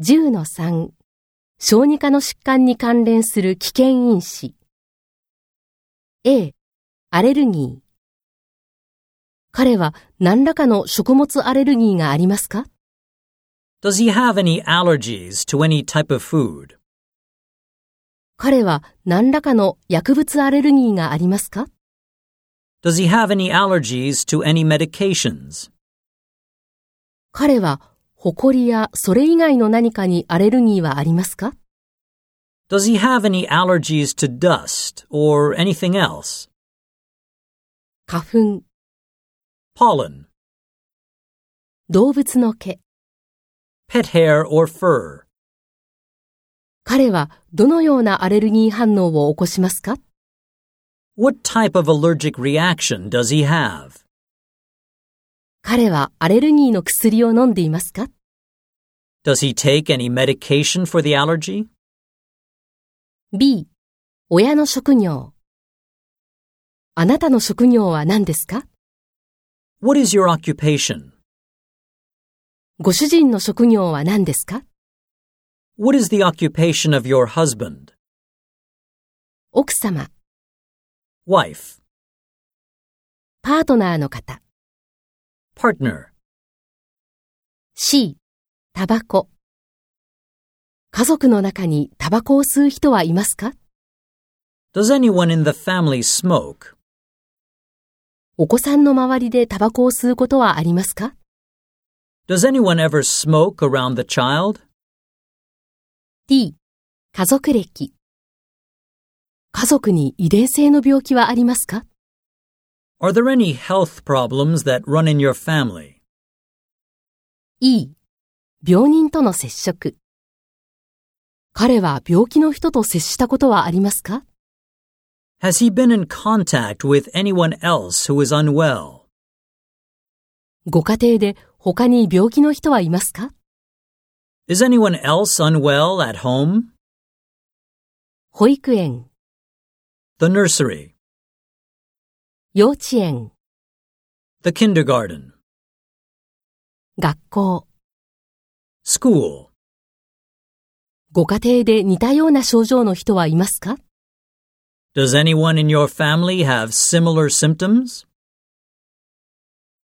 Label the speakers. Speaker 1: 10の3、小児科の疾患に関連する危険因子。A、アレルギー。彼は何らかの食物アレルギーがありますか
Speaker 2: Does he have any allergies to any type of food?
Speaker 1: 彼は何らかの薬物アレルギーがありますか
Speaker 2: Does he have any allergies to any medications?
Speaker 1: 彼は埃やそれ以外の何かにアレルギーはありますか
Speaker 2: Does he have any allergies to dust or anything else?
Speaker 1: 花粉、
Speaker 2: Pollen,
Speaker 1: 動物の毛。
Speaker 2: pet hair or fur.
Speaker 1: 彼はどのようなアレルギー反応を起こしますか
Speaker 2: What type of allergic reaction does he have?
Speaker 1: 彼はアレルギーの薬を飲んでいますか
Speaker 2: Does he take any medication for the allergy?
Speaker 1: B、親の職業。あなたの職業は何ですか
Speaker 2: What is your occupation?
Speaker 1: ご主人の職業は何ですか
Speaker 2: What is the occupation of your husband?
Speaker 1: 奥様、
Speaker 2: Wife,
Speaker 1: パートナーの方。
Speaker 2: partner,
Speaker 1: C、タバコ。家族の中にタバコを吸う人はいますか
Speaker 2: Does anyone in the family smoke?
Speaker 1: お子さんの周りでタバコを吸うことはありますか
Speaker 2: Does anyone ever smoke around the child?
Speaker 1: ?D、家族歴。家族に遺伝性の病気はありますか
Speaker 2: Are there any health problems that run in your family?
Speaker 1: ?E、病人との接触。彼は病気の人と接したことはありますか
Speaker 2: Has he been in contact with anyone else who is unwell?
Speaker 1: ご家庭で他に病気の人はいますか
Speaker 2: Is anyone else unwell at home?
Speaker 1: 保育園、
Speaker 2: The nursery,
Speaker 1: 幼稚園、
Speaker 2: the kindergarten,
Speaker 1: 学校。
Speaker 2: school.
Speaker 1: ご家庭で似たような症状の人はいますか
Speaker 2: Does anyone in your family have similar symptoms?